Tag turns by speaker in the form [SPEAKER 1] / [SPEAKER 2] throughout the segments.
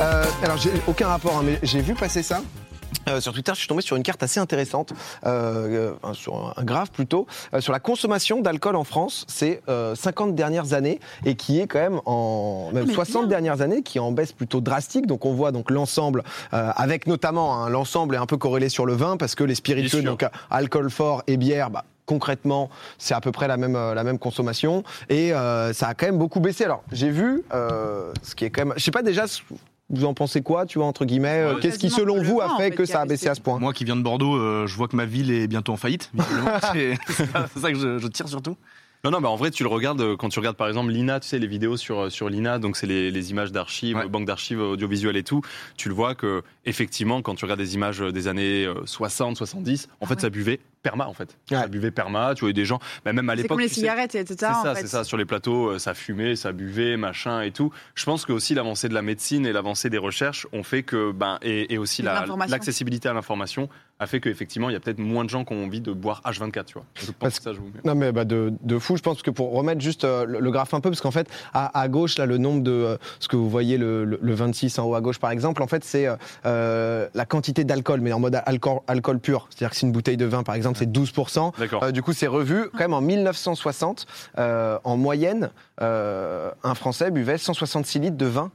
[SPEAKER 1] Euh, Alors, j'ai aucun rapport, hein, mais j'ai vu passer ça. Euh, sur Twitter, je suis tombé sur une carte assez intéressante, euh, euh, sur un graphe plutôt, euh, sur la consommation d'alcool en France ces 50 dernières années et qui est quand même en même
[SPEAKER 2] Ah, mais
[SPEAKER 1] 60
[SPEAKER 2] bien.
[SPEAKER 1] dernières années qui est en baisse plutôt drastique. Donc on voit donc l'ensemble euh, avec notamment hein, l'ensemble est un peu corrélé sur le vin parce que les spiritueux
[SPEAKER 3] Bien sûr.
[SPEAKER 1] donc alcool fort et bière bah, concrètement, c'est à peu près la même, euh, la même consommation. Et euh, ça a quand même beaucoup baissé. Alors, j'ai vu euh, ce qui est quand même. Je sais pas déjà, ce- vous en pensez quoi, tu vois, entre guillemets euh,
[SPEAKER 3] Ouais,
[SPEAKER 1] Qu'est-ce qui,
[SPEAKER 2] quasiment
[SPEAKER 1] selon
[SPEAKER 2] le
[SPEAKER 1] vous,
[SPEAKER 2] vin,
[SPEAKER 1] a
[SPEAKER 2] en
[SPEAKER 1] fait
[SPEAKER 2] fait,
[SPEAKER 1] que
[SPEAKER 2] qui
[SPEAKER 1] ça
[SPEAKER 2] a
[SPEAKER 1] a baissé
[SPEAKER 2] baissé.
[SPEAKER 1] à ce point
[SPEAKER 3] Moi qui viens de Bordeaux, euh, je vois que ma ville est bientôt en faillite. visiblement. C'est c'est ça c'est ça que je, je tire surtout.
[SPEAKER 4] Non, non, mais en vrai, tu le regardes euh, quand tu regardes par exemple l'INA, tu sais, les vidéos sur, euh, sur l'INA, donc c'est les, les images d'archives,
[SPEAKER 3] Ouais.
[SPEAKER 4] banques d'archives euh, audiovisuelles et tout. Tu le vois que, effectivement, quand tu regardes des images euh, des années euh, 60, 70, en
[SPEAKER 2] Ah
[SPEAKER 4] fait,
[SPEAKER 2] ouais.
[SPEAKER 4] ça buvait perma, en fait.
[SPEAKER 1] Ouais.
[SPEAKER 4] Ça buvait perma, tu voyais des gens, bah, même à
[SPEAKER 2] C'est
[SPEAKER 4] l'époque.
[SPEAKER 2] comme les
[SPEAKER 4] tu sais,
[SPEAKER 2] cigarettes, etc.
[SPEAKER 4] C'est
[SPEAKER 2] en
[SPEAKER 4] ça,
[SPEAKER 2] fait.
[SPEAKER 4] c'est ça. Sur les plateaux, euh, ça fumait, ça buvait, machin et tout. Je pense que aussi l'avancée de la médecine et l'avancée des recherches ont fait que, ben, et, et aussi
[SPEAKER 2] Et de
[SPEAKER 4] la-
[SPEAKER 2] l'information.
[SPEAKER 4] l'accessibilité à l'information a fait qu'effectivement, il y a peut-être moins de gens qui ont envie de boire H24, tu vois. Je pense
[SPEAKER 1] Parce
[SPEAKER 4] que ça joue mieux.
[SPEAKER 1] Non mais bah, de, de fou, je pense que pour remettre juste euh, le, le graphe un peu, parce qu'en fait à, à gauche là le nombre de euh, ce que vous voyez le, le- le 26 en haut à gauche par exemple, en fait c'est euh, euh, la quantité d'alcool, mais en mode alcool, alcool pur, c'est-à-dire que si une bouteille de vin par exemple c'est 12%,
[SPEAKER 4] D'accord.
[SPEAKER 1] euh, du coup c'est revu quand même en 1960, euh, en moyenne euh, un Français buvait 166 litres de vin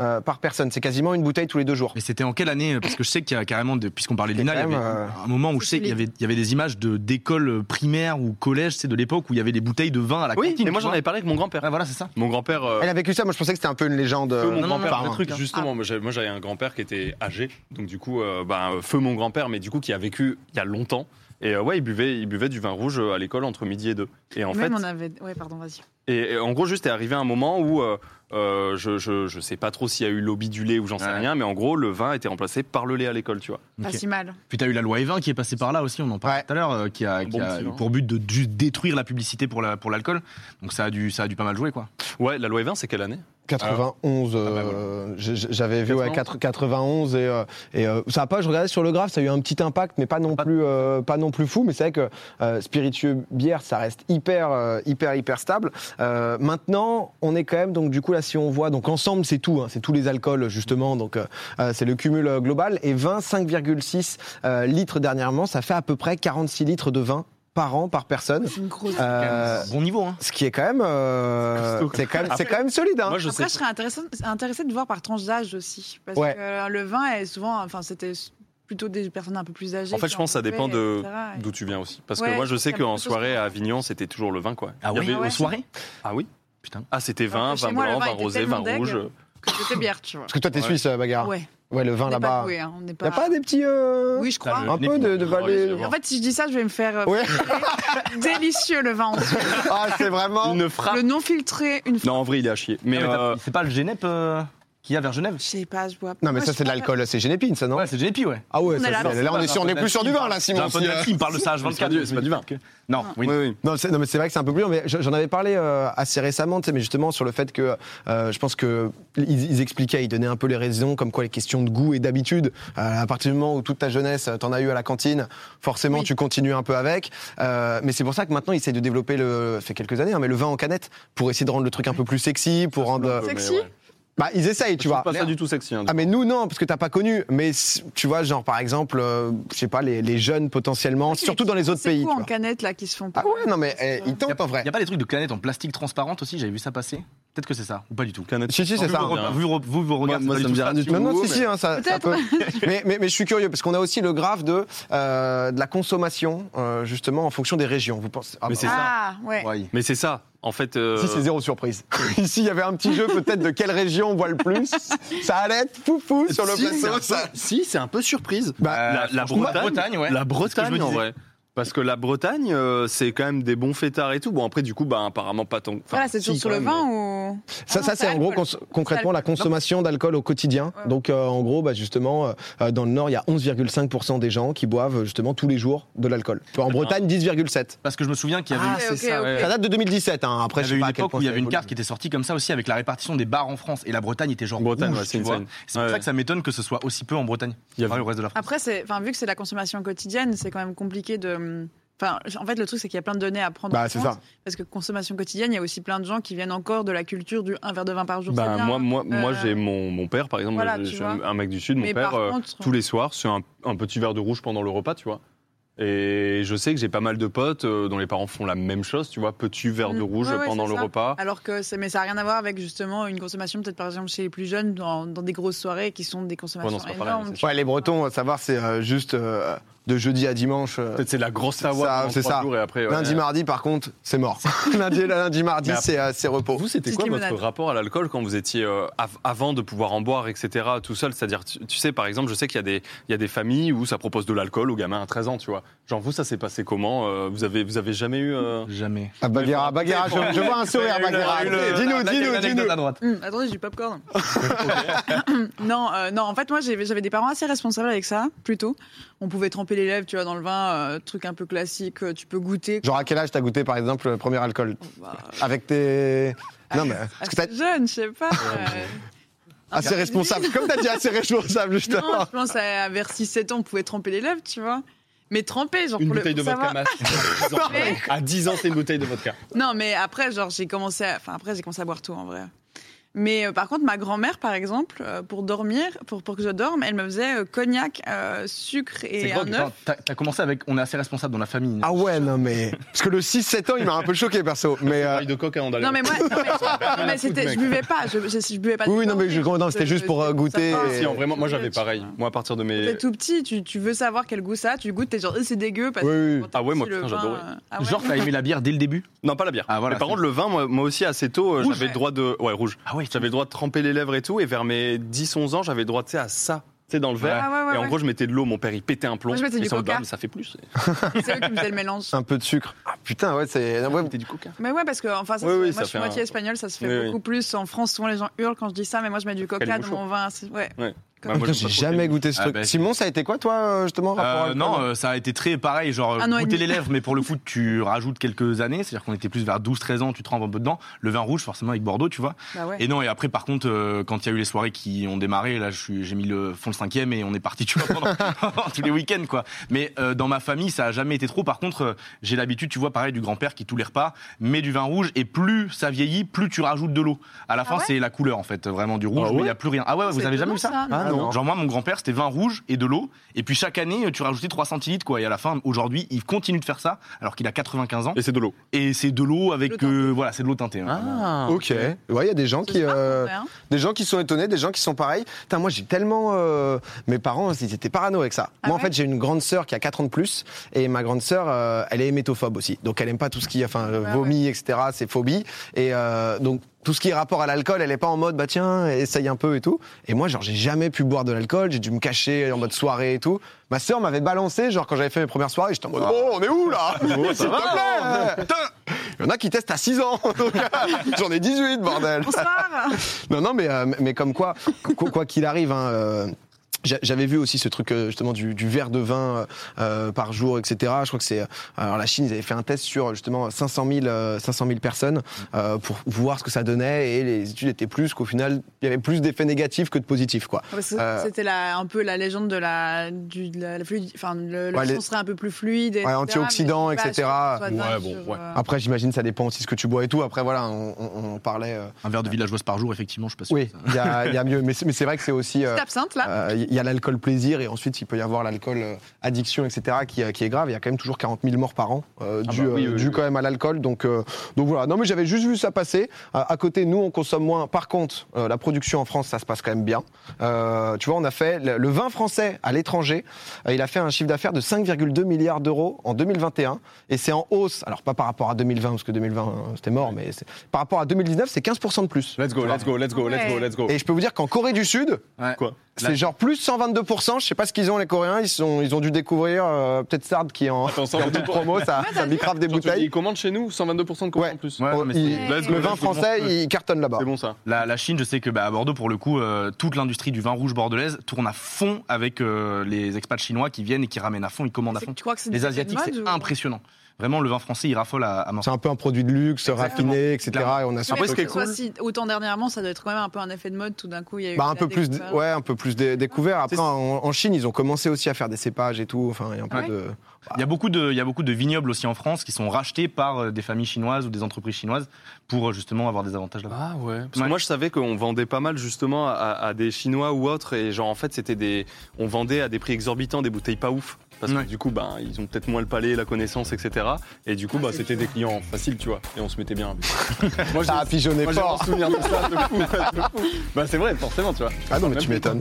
[SPEAKER 1] euh, par personne, c'est quasiment une bouteille tous les deux jours.
[SPEAKER 3] Mais c'était en quelle année euh, Parce que je sais qu'il y a carrément, des- puisqu'on parlait de
[SPEAKER 1] C'était
[SPEAKER 3] l'INA, il y
[SPEAKER 1] quand
[SPEAKER 3] avait
[SPEAKER 1] même, euh,
[SPEAKER 3] un moment où je sais qu'il y avait, il y avait des images de- d'écoles euh, primaires ou collèges, c'est de l'époque où il y avait des bouteilles de vin à la
[SPEAKER 4] Oui,
[SPEAKER 3] cantine.
[SPEAKER 4] mais moi
[SPEAKER 3] tu
[SPEAKER 4] j'en
[SPEAKER 3] vois.
[SPEAKER 4] avais parlé avec mon grand-père.
[SPEAKER 3] Ah, voilà, c'est ça.
[SPEAKER 4] Mon grand-père. euh,
[SPEAKER 1] Elle a vécu ça, moi je pensais que c'était un peu une légende.
[SPEAKER 4] Feu
[SPEAKER 1] euh,
[SPEAKER 4] mon grand-père,
[SPEAKER 1] enfin,
[SPEAKER 4] le
[SPEAKER 1] hein.
[SPEAKER 4] truc.
[SPEAKER 2] Ah.
[SPEAKER 4] Justement, moi, j'avais- moi j'avais un grand-père qui était âgé, donc du coup, euh, ben, euh, feu mon grand-père, mais du coup qui a vécu il y a longtemps. Et euh, ouais, il buvait, il buvait du vin rouge euh, à l'école entre midi et deux. Et en
[SPEAKER 2] Et même
[SPEAKER 4] fait,
[SPEAKER 2] on avait. Ouais, pardon, vas-y.
[SPEAKER 4] Et, et en gros, juste est arrivé un moment où euh, euh, je, je, je sais pas trop s'il y a eu lobby du lait ou j'en sais
[SPEAKER 3] Ouais.
[SPEAKER 4] rien, mais en gros, le vin était remplacé par le lait à l'école, tu vois.
[SPEAKER 2] Pas
[SPEAKER 3] Ok.
[SPEAKER 2] Ah, si mal.
[SPEAKER 3] Puis t'as eu la loi E20 qui est passée par là aussi, on en parlait
[SPEAKER 1] Ouais.
[SPEAKER 3] tout à l'heure, euh, qui a, qui
[SPEAKER 4] bon
[SPEAKER 3] a
[SPEAKER 4] petit
[SPEAKER 3] eu
[SPEAKER 4] vin.
[SPEAKER 3] pour but de juste détruire la publicité pour la- pour l'alcool. Donc ça a dû ça a dû pas mal jouer quoi.
[SPEAKER 4] Ouais, la loi E20, c'est quelle année
[SPEAKER 1] 91, euh,
[SPEAKER 3] Ah bah
[SPEAKER 1] j- j- j'avais vu ouais, 4- 91 et, euh, et euh, ça a pas, je regardais sur le graphe, ça a eu un petit impact, mais pas non
[SPEAKER 3] Pas-
[SPEAKER 1] plus, euh, pas non plus fou. Mais c'est vrai que euh, spiritueux bière, ça reste hyper, euh, hyper, hyper stable. Euh, maintenant, on est quand même donc du coup là, si on voit donc ensemble, c'est tout, hein, c'est tous les alcools justement, donc euh, euh, c'est le cumul euh, global et 25,6 euh, litres dernièrement, ça fait à peu près 46 litres de vin par an par personne.
[SPEAKER 2] C'est une
[SPEAKER 4] Ah,
[SPEAKER 2] grosse.
[SPEAKER 1] Euh,
[SPEAKER 3] Bon niveau hein.
[SPEAKER 1] ce qui est quand même, euh, c'est quand même, c'est quand même solide. Hein.
[SPEAKER 4] Moi, je
[SPEAKER 2] Après,
[SPEAKER 4] sais.
[SPEAKER 2] je serais intéressant- intéressée de voir par tranche d'âge aussi. Parce
[SPEAKER 1] Ouais.
[SPEAKER 2] que euh, le vin est souvent. Enfin, c'était plutôt des personnes un peu plus âgées.
[SPEAKER 4] En fait,
[SPEAKER 2] qui
[SPEAKER 4] je pense que ça
[SPEAKER 2] buvaient,
[SPEAKER 4] dépend de-
[SPEAKER 2] etc., et-
[SPEAKER 4] D'où tu viens aussi. Parce
[SPEAKER 2] Ouais,
[SPEAKER 4] que moi,
[SPEAKER 2] je
[SPEAKER 4] je
[SPEAKER 2] pense
[SPEAKER 4] sais
[SPEAKER 2] qu'il y a
[SPEAKER 4] qu'en
[SPEAKER 2] beaucoup de choses
[SPEAKER 4] soirée
[SPEAKER 2] qui-
[SPEAKER 4] à Avignon, c'était toujours le vin, quoi.
[SPEAKER 3] Ah
[SPEAKER 4] Il y
[SPEAKER 3] ouais,
[SPEAKER 4] avait-
[SPEAKER 2] ouais.
[SPEAKER 3] en soirée
[SPEAKER 4] Ah oui
[SPEAKER 3] Putain.
[SPEAKER 4] Ah, c'était
[SPEAKER 2] Alors
[SPEAKER 4] vin,
[SPEAKER 2] que chez
[SPEAKER 4] vin
[SPEAKER 2] moi, le
[SPEAKER 4] blanc,
[SPEAKER 2] vin
[SPEAKER 4] vin
[SPEAKER 2] était
[SPEAKER 4] rosé, vin
[SPEAKER 2] tellement dingue.
[SPEAKER 4] rouge.
[SPEAKER 2] Que C'était bière, tu vois.
[SPEAKER 1] Parce que toi, t'es
[SPEAKER 4] Ouais.
[SPEAKER 1] suisse, euh,
[SPEAKER 4] Ah.
[SPEAKER 1] bagarre.
[SPEAKER 2] Ouais.
[SPEAKER 1] Ouais, le vin
[SPEAKER 2] On n'est
[SPEAKER 1] là-bas.
[SPEAKER 2] pas doués, hein, on n'est
[SPEAKER 1] Il a
[SPEAKER 2] pas.
[SPEAKER 1] pas des petits. euh,
[SPEAKER 2] Oui, je
[SPEAKER 3] Putain,
[SPEAKER 2] crois.
[SPEAKER 3] le-
[SPEAKER 1] un peu de, de
[SPEAKER 3] Oh,
[SPEAKER 1] vallée.
[SPEAKER 4] les-
[SPEAKER 2] En fait, si je dis ça, je vais me faire. euh,
[SPEAKER 1] Ouais.
[SPEAKER 2] Délicieux le vin. en Suisse.
[SPEAKER 1] Ah, c'est vraiment.
[SPEAKER 4] Une frappe.
[SPEAKER 2] Le non filtré, une.
[SPEAKER 4] Non, en vrai, il est à chier. Mais.
[SPEAKER 3] Ah, mais t'as-
[SPEAKER 4] euh,
[SPEAKER 3] C'est pas le Genep euh, qu'il y a vers Genève
[SPEAKER 2] Je sais pas, je bois.
[SPEAKER 1] Non, mais
[SPEAKER 2] Moi,
[SPEAKER 1] ça,
[SPEAKER 2] je
[SPEAKER 1] c'est de
[SPEAKER 2] suis pas-
[SPEAKER 1] l'alcool. C'est Génépine, ça, non
[SPEAKER 3] Ouais, c'est Genepi, ouais.
[SPEAKER 1] Ah ouais,
[SPEAKER 2] On
[SPEAKER 1] ça,
[SPEAKER 2] est là,
[SPEAKER 1] c'est- là, on est sûr, on est plus sur du vin, là, Simon.
[SPEAKER 3] Un peu
[SPEAKER 1] si,
[SPEAKER 3] de
[SPEAKER 1] euh.
[SPEAKER 3] la team, il parle de ça, je
[SPEAKER 4] c'est pas du- c'est pas du vin.
[SPEAKER 3] Non, oui.
[SPEAKER 4] Oui, oui.
[SPEAKER 1] Non, c'est- non, mais c'est vrai que c'est un peu plus long, mais je- j'en avais parlé euh, assez récemment, tu sais, mais justement sur le fait que euh, je pense que ils, ils expliquaient, ils donnaient un peu les raisons, comme quoi les questions de goût et d'habitude, euh, à partir du moment où toute ta jeunesse, euh, t'en as eu à la cantine, forcément
[SPEAKER 2] Oui.
[SPEAKER 1] tu continues un peu avec. Euh, mais c'est pour ça que maintenant ils essayent de développer le, ça fait quelques années, hein, mais le vin en canette pour essayer de rendre le truc un peu plus sexy, pour rendre. euh,
[SPEAKER 4] Un peu, mais
[SPEAKER 2] Sexy
[SPEAKER 4] ouais.
[SPEAKER 1] Bah, ils essayent, tu
[SPEAKER 4] Je
[SPEAKER 1] vois.
[SPEAKER 4] trouve Pas ça du tout sexy. hein, du
[SPEAKER 1] Ah mais nous non parce que t'as pas connu mais c- tu vois genre par exemple euh, je sais pas les, les jeunes potentiellement
[SPEAKER 2] C'est
[SPEAKER 1] surtout dans les autres
[SPEAKER 2] Ah, C'est
[SPEAKER 1] pays tu
[SPEAKER 2] quoi en
[SPEAKER 1] vois.
[SPEAKER 2] canette là qui se font
[SPEAKER 1] ah ouais non mais eh, ils
[SPEAKER 3] Y a,
[SPEAKER 1] tentent en vrai
[SPEAKER 3] y a pas des trucs de canettes en plastique transparente aussi J'avais vu ça passer. Peut-être que c'est ça, ou pas du tout.
[SPEAKER 4] tout. Canette.
[SPEAKER 1] si si c'est
[SPEAKER 3] Vu
[SPEAKER 1] ça
[SPEAKER 3] vos-
[SPEAKER 4] hein.
[SPEAKER 3] vu vos- Vous, vos regards,
[SPEAKER 4] Moi, ça
[SPEAKER 3] c'est pas
[SPEAKER 4] me dit rien
[SPEAKER 3] ça.
[SPEAKER 4] du tout.
[SPEAKER 1] non non
[SPEAKER 4] nouveau,
[SPEAKER 1] si si
[SPEAKER 4] mais-
[SPEAKER 1] hein, ça, ça peut mais, mais, mais je suis curieux parce qu'on a aussi le graphe de euh, de la consommation euh, justement en fonction des régions vous pensez ah,
[SPEAKER 4] Mais
[SPEAKER 1] bah,
[SPEAKER 4] c'est ça.
[SPEAKER 2] Ah ouais.
[SPEAKER 3] Ouais.
[SPEAKER 4] Mais c'est ça. En fait. euh,
[SPEAKER 1] Ici, c'est zéro surprise. Ici, il y avait un petit jeu peut-être de quelle région on voit le plus. Ça allait être foufou sur le
[SPEAKER 4] si, c'est un
[SPEAKER 1] plateau.
[SPEAKER 4] peu-
[SPEAKER 1] ça.
[SPEAKER 4] Si, c'est un peu surprise.
[SPEAKER 1] Bah,
[SPEAKER 4] la, la
[SPEAKER 3] franchement,
[SPEAKER 4] Bretagne,
[SPEAKER 3] Bretagne, ouais.
[SPEAKER 4] la
[SPEAKER 3] C'est ce que je me
[SPEAKER 4] Bretagne en
[SPEAKER 3] disais.
[SPEAKER 4] vrai. Parce que la Bretagne, euh, c'est quand même des bons fêtards et tout. Bon, après, du coup, bah, apparemment, pas tant. enfin,
[SPEAKER 2] Voilà, c'est toujours
[SPEAKER 4] si,
[SPEAKER 2] sur
[SPEAKER 4] quand
[SPEAKER 2] le
[SPEAKER 4] même,
[SPEAKER 2] vin ou.
[SPEAKER 1] Ça,
[SPEAKER 2] Ah non,
[SPEAKER 1] ça, c'est en gros
[SPEAKER 2] alcool.
[SPEAKER 1] cons- concrètement
[SPEAKER 2] alcool.
[SPEAKER 1] la consommation d'alcool au quotidien.
[SPEAKER 2] Ouais.
[SPEAKER 1] Donc euh, en gros, bah, justement, euh, euh, dans le Nord, il y a 11,5% des gens qui boivent euh, justement tous les jours de l'alcool. En Bretagne, 10,7%.
[SPEAKER 3] Parce que je me souviens qu'il y avait
[SPEAKER 2] Ah,
[SPEAKER 3] eu-
[SPEAKER 2] c'est ça, ouais.
[SPEAKER 1] Ça date de 2017. hein. Après,
[SPEAKER 3] Il y
[SPEAKER 1] je sais
[SPEAKER 3] avait
[SPEAKER 1] pas
[SPEAKER 3] une
[SPEAKER 1] à quel
[SPEAKER 3] époque
[SPEAKER 1] point
[SPEAKER 3] où il y
[SPEAKER 1] ça
[SPEAKER 3] avait une
[SPEAKER 1] évolue.
[SPEAKER 3] carte qui était sortie comme ça aussi avec la répartition des bars en France et la Bretagne était genre
[SPEAKER 4] Bretagne,
[SPEAKER 3] rouge,
[SPEAKER 4] ouais, c'est
[SPEAKER 3] tu
[SPEAKER 4] une
[SPEAKER 3] vois.
[SPEAKER 4] scène.
[SPEAKER 3] C'est pour
[SPEAKER 4] Ouais.
[SPEAKER 3] ça que ça m'étonne que ce soit aussi peu en Bretagne.
[SPEAKER 4] Il y avait-
[SPEAKER 3] Pareil au reste de la France.
[SPEAKER 2] Après, c'est, enfin, vu que c'est la consommation quotidienne, c'est quand même compliqué de, Enfin, en fait, le truc, c'est qu'il y a plein de données à prendre en
[SPEAKER 1] Bah, c'est
[SPEAKER 2] compte,
[SPEAKER 1] ça.
[SPEAKER 2] Parce que consommation quotidienne, il y a aussi plein de gens qui viennent encore de la culture du un verre de vin par jour.
[SPEAKER 4] Bah,
[SPEAKER 2] c'est bien.
[SPEAKER 4] moi, moi, moi
[SPEAKER 2] Euh,
[SPEAKER 4] j'ai mon, mon père, par exemple,
[SPEAKER 2] voilà,
[SPEAKER 4] moi, je
[SPEAKER 2] tu
[SPEAKER 4] suis un
[SPEAKER 2] vois.
[SPEAKER 4] un mec du Sud, mon
[SPEAKER 2] Mais
[SPEAKER 4] père,
[SPEAKER 2] par
[SPEAKER 4] euh,
[SPEAKER 2] contre-
[SPEAKER 4] tous les soirs, c'est un, un petit verre de rouge pendant le repas, tu vois. Et je sais que j'ai pas mal de potes euh, dont les parents font la même chose, tu vois, petit verre de
[SPEAKER 2] Mm,
[SPEAKER 4] rouge
[SPEAKER 2] ouais, ouais,
[SPEAKER 4] pendant
[SPEAKER 2] c'est
[SPEAKER 4] le
[SPEAKER 2] ça.
[SPEAKER 4] repas.
[SPEAKER 2] Alors que c'est- mais ça n'a rien à voir avec justement une consommation, peut-être par exemple chez les plus jeunes, dans, dans des grosses soirées qui sont des consommations
[SPEAKER 4] c'est pas pareil,
[SPEAKER 2] énormes.
[SPEAKER 4] c'est
[SPEAKER 2] tu
[SPEAKER 1] Ouais, les Bretons, à savoir, c'est euh, juste euh, de jeudi à dimanche. euh,
[SPEAKER 4] Peut-être c'est la grosse
[SPEAKER 1] ça,
[SPEAKER 4] savoir pendant
[SPEAKER 1] c'est
[SPEAKER 4] trois
[SPEAKER 1] ça.
[SPEAKER 4] jours et après. ouais.
[SPEAKER 1] lundi, mardi, par contre, c'est mort. lundi, lundi, mardi,
[SPEAKER 4] Mais après-
[SPEAKER 1] c'est euh, c'est repos.
[SPEAKER 4] Vous, c'était
[SPEAKER 2] Petite
[SPEAKER 4] quoi votre
[SPEAKER 2] limonade.
[SPEAKER 4] rapport à l'alcool quand vous étiez euh, av- avant de pouvoir en boire, etc., tout seul C'est-à-dire, tu, tu sais, par exemple, je sais qu'il y, a des- il y a des familles où ça propose de l'alcool aux gamins à 13 ans, tu vois. Genre, vous, ça s'est passé comment Euh, vous, avez, vous avez jamais eu. euh,
[SPEAKER 3] Jamais.
[SPEAKER 1] Ah, Baguera, Baguera, je, je vois un sourire,
[SPEAKER 4] Une-
[SPEAKER 1] Baguera.
[SPEAKER 4] une-
[SPEAKER 1] Dis-nous, dis-nous, dis-nous.
[SPEAKER 3] à droite.
[SPEAKER 2] Hum, attendez, j'ai du popcorn. non, euh, non, en fait, moi, j'avais j'avais des parents assez responsables avec ça, plutôt. On pouvait tremper les lèvres, tu vois, dans le vin, euh, truc un peu classique, euh, tu peux goûter.
[SPEAKER 1] Genre, à quel âge t'as goûté, par exemple, le premier alcool
[SPEAKER 2] Bah,
[SPEAKER 1] Avec tes. Non, mais. Parce que t'as-
[SPEAKER 2] assez Ah, jeune, je sais pas. euh, un
[SPEAKER 1] Assez
[SPEAKER 2] peu
[SPEAKER 1] responsable. Comme t'as dit, assez responsable,
[SPEAKER 2] Non,
[SPEAKER 1] justement.
[SPEAKER 2] je pense à, vers 6-7 ans, on pouvait tremper les lèvres, tu vois. Mais tremper, genre
[SPEAKER 3] Une
[SPEAKER 2] pour le
[SPEAKER 3] bouteille de
[SPEAKER 2] pour
[SPEAKER 3] vodka
[SPEAKER 2] savoir-
[SPEAKER 3] masse.
[SPEAKER 2] Mais-
[SPEAKER 3] À 10 ans, c'est une bouteille de vodka.
[SPEAKER 2] Non, mais après, genre, j'ai commencé à... Enfin, après, j'ai commencé à boire tôt, en vrai. Mais euh, par contre, ma grand-mère, par exemple, euh, pour dormir, pour, pour que je dorme, elle me faisait euh, cognac, euh, sucre
[SPEAKER 3] C'est
[SPEAKER 2] et
[SPEAKER 3] quoi
[SPEAKER 2] un œuf.
[SPEAKER 3] T'as t'as commencé avec. On est assez responsable dans la famille.
[SPEAKER 1] Ah ouais, non, mais. Parce que le 6-7 ans, il m'a un peu choqué, perso. Mais. euh,
[SPEAKER 3] Pareil de coca, on a
[SPEAKER 2] Non mais moi, non, mais, non, mais c'était, je buvais pas, je, je- je buvais pas.
[SPEAKER 1] Oui,
[SPEAKER 2] tout
[SPEAKER 1] oui,
[SPEAKER 2] le
[SPEAKER 1] non, mais
[SPEAKER 2] temps,
[SPEAKER 1] je comprends, c'était juste pour, euh, goûter
[SPEAKER 2] savoir.
[SPEAKER 1] et-
[SPEAKER 4] Si, en vraiment, moi, j'avais
[SPEAKER 2] Tu
[SPEAKER 4] pareil.
[SPEAKER 2] vois.
[SPEAKER 4] Moi, à partir de mes.
[SPEAKER 2] T'es tout petit, tu, tu veux savoir quel goût ça, a, tu goûtes, t'es genre, Eh, c'est dégueu. Parce
[SPEAKER 1] Oui, oui.
[SPEAKER 2] que quand t'es
[SPEAKER 4] Ah ouais, moi,
[SPEAKER 2] petit, le
[SPEAKER 4] putain,
[SPEAKER 2] vin,
[SPEAKER 4] j'adorais.
[SPEAKER 2] euh, ah ouais.
[SPEAKER 3] Genre, t'as aimé la bière dès le début
[SPEAKER 4] Non, pas la bière.
[SPEAKER 3] Ah, voilà,
[SPEAKER 4] Mais par
[SPEAKER 3] c'est-
[SPEAKER 4] contre, le vin, moi, moi aussi, assez tôt, euh,
[SPEAKER 3] Rouge.
[SPEAKER 4] j'avais le droit de. Ouais, rouge.
[SPEAKER 3] Ah ouais,
[SPEAKER 4] J'avais le droit de tremper les lèvres et tout. Et vers mes 10-11 ans, j'avais le droit, tu sais, à ça. Tu sais, dans le verre.
[SPEAKER 2] Ah ouais, ouais,
[SPEAKER 4] et en
[SPEAKER 2] ouais.
[SPEAKER 4] gros, je mettais de l'eau. Mon père, il pétait un plomb.
[SPEAKER 2] Moi, je mettais
[SPEAKER 4] Et
[SPEAKER 2] du
[SPEAKER 4] ça me dit,
[SPEAKER 2] coca.
[SPEAKER 4] mais ça fait plus.
[SPEAKER 2] c'est eux qui me faisaient le mélange.
[SPEAKER 1] Un peu de sucre. Ah putain, ouais, c'est. ouais,
[SPEAKER 4] C'était du coca.
[SPEAKER 2] Mais ouais, parce que enfin, ça,
[SPEAKER 4] Oui,
[SPEAKER 2] se-
[SPEAKER 4] oui,
[SPEAKER 2] moi
[SPEAKER 4] ça
[SPEAKER 2] je
[SPEAKER 4] fait
[SPEAKER 2] suis
[SPEAKER 4] un-
[SPEAKER 2] moitié espagnole, ça se fait
[SPEAKER 4] Oui, oui.
[SPEAKER 2] beaucoup plus. En France, souvent les gens hurlent quand je dis ça, mais moi je mets du coca dans
[SPEAKER 4] mouchoir.
[SPEAKER 2] mon vin. c'est- Ouais.
[SPEAKER 4] Ouais.
[SPEAKER 2] Coca.
[SPEAKER 4] Bah, moi,
[SPEAKER 1] Putain,
[SPEAKER 4] je-
[SPEAKER 1] j'ai jamais goûté ce
[SPEAKER 3] Ah,
[SPEAKER 1] truc.
[SPEAKER 3] bah,
[SPEAKER 1] Simon, ça a été quoi, toi, euh, justement, rapport à
[SPEAKER 3] Euh,
[SPEAKER 1] l'alcool
[SPEAKER 3] non, euh, ça a été très pareil, genre
[SPEAKER 2] Un an et
[SPEAKER 3] goûter les
[SPEAKER 2] demi.
[SPEAKER 3] lèvres, mais pour le coup, tu rajoutes quelques années, c'est-à-dire qu'on était plus vers 12-13 ans, tu trempes un peu dedans. Le vin rouge, forcément, avec Bordeaux, tu vois.
[SPEAKER 2] Bah ouais.
[SPEAKER 3] Et non, et après, par contre, euh, quand il y a eu les soirées qui ont démarré, là, je suis- j'ai mis le fond le cinquième et on est parti, tu vois, pendant tous les week-ends, quoi. Mais euh, dans ma famille, ça a jamais été trop. Par contre, euh, j'ai l'habitude, tu vois, pareil, du grand-père qui, tous les repas, met du vin rouge et plus ça vieillit, plus tu rajoutes de l'eau. À la fin,
[SPEAKER 2] ouais
[SPEAKER 3] c'est la couleur, en fait, vraiment du rouge,
[SPEAKER 1] Ah
[SPEAKER 3] mais
[SPEAKER 1] ouais
[SPEAKER 3] il n'y a plus rien. Ah ouais, vous
[SPEAKER 2] C'est
[SPEAKER 3] avez
[SPEAKER 2] étonnant,
[SPEAKER 3] jamais eu ça,
[SPEAKER 1] Ah, non.
[SPEAKER 2] mais-
[SPEAKER 3] Genre, moi, mon grand-père, c'était vin rouge et de l'eau. Et puis, chaque année, tu rajoutais 3 centilitres, quoi. Et à la fin, aujourd'hui, il continue de faire ça, alors qu'il a 95 ans.
[SPEAKER 4] Et c'est de l'eau.
[SPEAKER 3] Et c'est de l'eau
[SPEAKER 2] Le
[SPEAKER 3] avec.
[SPEAKER 2] teinté.
[SPEAKER 3] euh, voilà, c'est de l'eau teintée. hein.
[SPEAKER 1] Ok. Ouais, il y a des gens
[SPEAKER 2] C'est
[SPEAKER 1] qui.
[SPEAKER 2] smart,
[SPEAKER 1] euh,
[SPEAKER 2] en vrai, hein.
[SPEAKER 1] Des gens qui sont étonnés, des gens qui sont pareils. Putain, moi j'ai tellement. euh, Mes parents, ils étaient parano avec ça.
[SPEAKER 2] Ah
[SPEAKER 1] moi en
[SPEAKER 2] ouais
[SPEAKER 1] fait, j'ai une grande sœur qui a 4 ans de plus et ma grande sœur, euh, elle est hémétophobe aussi. Donc elle aime pas tout ce qui. Enfin, euh,
[SPEAKER 2] Ouais,
[SPEAKER 1] vomi, etc., c'est phobie. Et euh, donc tout ce qui est rapport à l'alcool, elle est pas en mode bah tiens, essaye un peu et tout. Et moi, genre, j'ai jamais pu boire de l'alcool, j'ai dû me cacher en mode soirée et tout. Ma sœur m'avait balancé, genre quand j'avais fait mes premières soirées, j'étais en mode oh, on est où là S'il te plaît Putain Il y en a qui testent à 6 ans, donc euh, j'en ai 18, bordel
[SPEAKER 2] Bonsoir.
[SPEAKER 1] non, non, mais, euh, mais comme quoi, quoi quoi qu'il arrive, hein, euh, j'a- j'avais vu aussi ce truc euh, justement du, du verre de vin euh, euh, par jour, etc. Je crois que c'est. euh, Alors la Chine, ils avaient fait un test sur justement 500 000, euh, 500 000 personnes euh, pour voir ce que ça donnait et les études étaient plus qu'au final, il y avait plus d'effets négatifs que de positifs, quoi.
[SPEAKER 2] Parce que
[SPEAKER 1] Euh,
[SPEAKER 2] C'était la- un peu la légende de la, du, de la, la fluide- enfin, le, le
[SPEAKER 1] Ouais,
[SPEAKER 2] sang
[SPEAKER 1] les-
[SPEAKER 2] serait un peu plus fluide, etc.
[SPEAKER 1] Ouais, antioxydants,
[SPEAKER 2] mais je suis
[SPEAKER 1] etc.
[SPEAKER 2] pas sûre que ce soit
[SPEAKER 4] Ouais,
[SPEAKER 2] dingue
[SPEAKER 4] bon,
[SPEAKER 2] sur,
[SPEAKER 4] ouais.
[SPEAKER 2] euh,
[SPEAKER 1] Après, j'imagine ça dépend aussi de ce que tu bois et tout. Après, voilà, on, on- on parlait. euh,
[SPEAKER 3] Un verre de villageoise par jour, effectivement, je suis pas sûr.
[SPEAKER 1] Oui, il y a, il y a mieux, mais c'est mais c'est vrai que c'est aussi. euh,
[SPEAKER 2] Petite absinthe là.
[SPEAKER 1] Euh, Il y a l'alcool plaisir et ensuite il peut y avoir l'alcool euh, addiction, etc., qui, euh, qui est grave. Il y a quand même toujours 40 000 morts par an euh,
[SPEAKER 4] Ah
[SPEAKER 1] dû,
[SPEAKER 4] bah oui,
[SPEAKER 1] euh,
[SPEAKER 4] oui,
[SPEAKER 1] dû
[SPEAKER 4] oui.
[SPEAKER 1] quand même à l'alcool. Donc, euh, donc voilà. Non, mais j'avais juste vu ça passer. Euh, à côté, nous, on consomme moins. Par contre, euh, la production en France, ça se passe quand même bien. Euh, tu vois, on a fait le, le vin français à l'étranger. euh, il a fait un chiffre d'affaires de 5,2 milliards d'euros en 2021 et c'est en hausse. Alors pas par rapport à 2020 parce que 2020 euh, c'était mort, mais c'est- par rapport à 2019, c'est 15 de plus.
[SPEAKER 4] Let's go, let's go, let's go, let's go, let's go.
[SPEAKER 1] Et je peux vous dire qu'en Corée du Sud,
[SPEAKER 3] Ouais.
[SPEAKER 4] Quoi
[SPEAKER 1] c'est genre plus 122%. Je sais pas ce qu'ils ont, les Coréens. Ils, sont, ils ont dû découvrir euh, peut-être Sard qui est en,
[SPEAKER 4] Attends,
[SPEAKER 1] qui est en petite
[SPEAKER 4] 122%.
[SPEAKER 1] promo. Ça, ça bicrave des bouteilles.
[SPEAKER 4] Ils commandent chez nous 122% de
[SPEAKER 1] Ouais.
[SPEAKER 4] commandes en plus.
[SPEAKER 3] Ouais, non, mais
[SPEAKER 1] Il-
[SPEAKER 3] c'est-
[SPEAKER 2] Ouais.
[SPEAKER 1] Le vin français, il cartonne là-bas.
[SPEAKER 4] C'est bon ça.
[SPEAKER 3] La, la Chine, je sais que bah, à Bordeaux, pour le coup, euh, toute l'industrie du vin rouge bordelaise tourne à fond avec euh, les expats chinois qui viennent et qui ramènent à fond, ils commandent à
[SPEAKER 2] C'est-
[SPEAKER 3] fond.
[SPEAKER 2] Tu crois que c'est
[SPEAKER 3] Les
[SPEAKER 2] une
[SPEAKER 3] Asiatiques,
[SPEAKER 2] mode
[SPEAKER 3] c'est
[SPEAKER 2] ou-
[SPEAKER 3] impressionnant. Vraiment, le vin français, il raffole à, à mort.
[SPEAKER 1] C'est un peu un produit de luxe,
[SPEAKER 3] Exactement.
[SPEAKER 1] raffiné, etc.
[SPEAKER 3] Clairement.
[SPEAKER 1] Et on a ce
[SPEAKER 2] Oui,
[SPEAKER 4] Après, ce
[SPEAKER 1] truc-
[SPEAKER 4] qui est
[SPEAKER 2] que ce soit
[SPEAKER 4] cool-
[SPEAKER 2] si- autant dernièrement, ça doit être quand même un peu un effet de mode. Tout d'un coup, il y a eu
[SPEAKER 1] Bah, un
[SPEAKER 2] la
[SPEAKER 1] peu plus,
[SPEAKER 2] découverte.
[SPEAKER 1] ouais, un peu plus dé- découvert. Après,
[SPEAKER 4] C'est-
[SPEAKER 1] en, en Chine, ils ont commencé aussi à faire des cépages et tout. Enfin, il y a un peu
[SPEAKER 2] Ah ouais
[SPEAKER 1] de.
[SPEAKER 3] Il y, a beaucoup de, il y a beaucoup de vignobles aussi en France qui sont rachetés par euh, des familles chinoises ou des entreprises chinoises pour euh, justement avoir des avantages là-bas.
[SPEAKER 4] Ah ouais. Parce
[SPEAKER 3] Ouais.
[SPEAKER 4] que moi je savais qu'on vendait pas mal justement à, à des Chinois ou autres et genre en fait c'était des, on vendait à des prix exorbitants des bouteilles pas ouf. Parce que
[SPEAKER 3] Ouais.
[SPEAKER 4] du coup, ben, ils ont peut-être moins le palais, la connaissance, etc. Et du coup, bah, c'était des clients faciles, tu vois. Et on se mettait bien. moi, j'ai-
[SPEAKER 1] Ça a pigeonné
[SPEAKER 4] moi, j'ai un
[SPEAKER 1] fort.
[SPEAKER 4] souvenir de ça, de fou, de fou. Bah, c'est vrai, forcément, tu vois.
[SPEAKER 1] Ah non, mais
[SPEAKER 4] Même
[SPEAKER 1] tu
[SPEAKER 4] plus.
[SPEAKER 1] m'étonnes.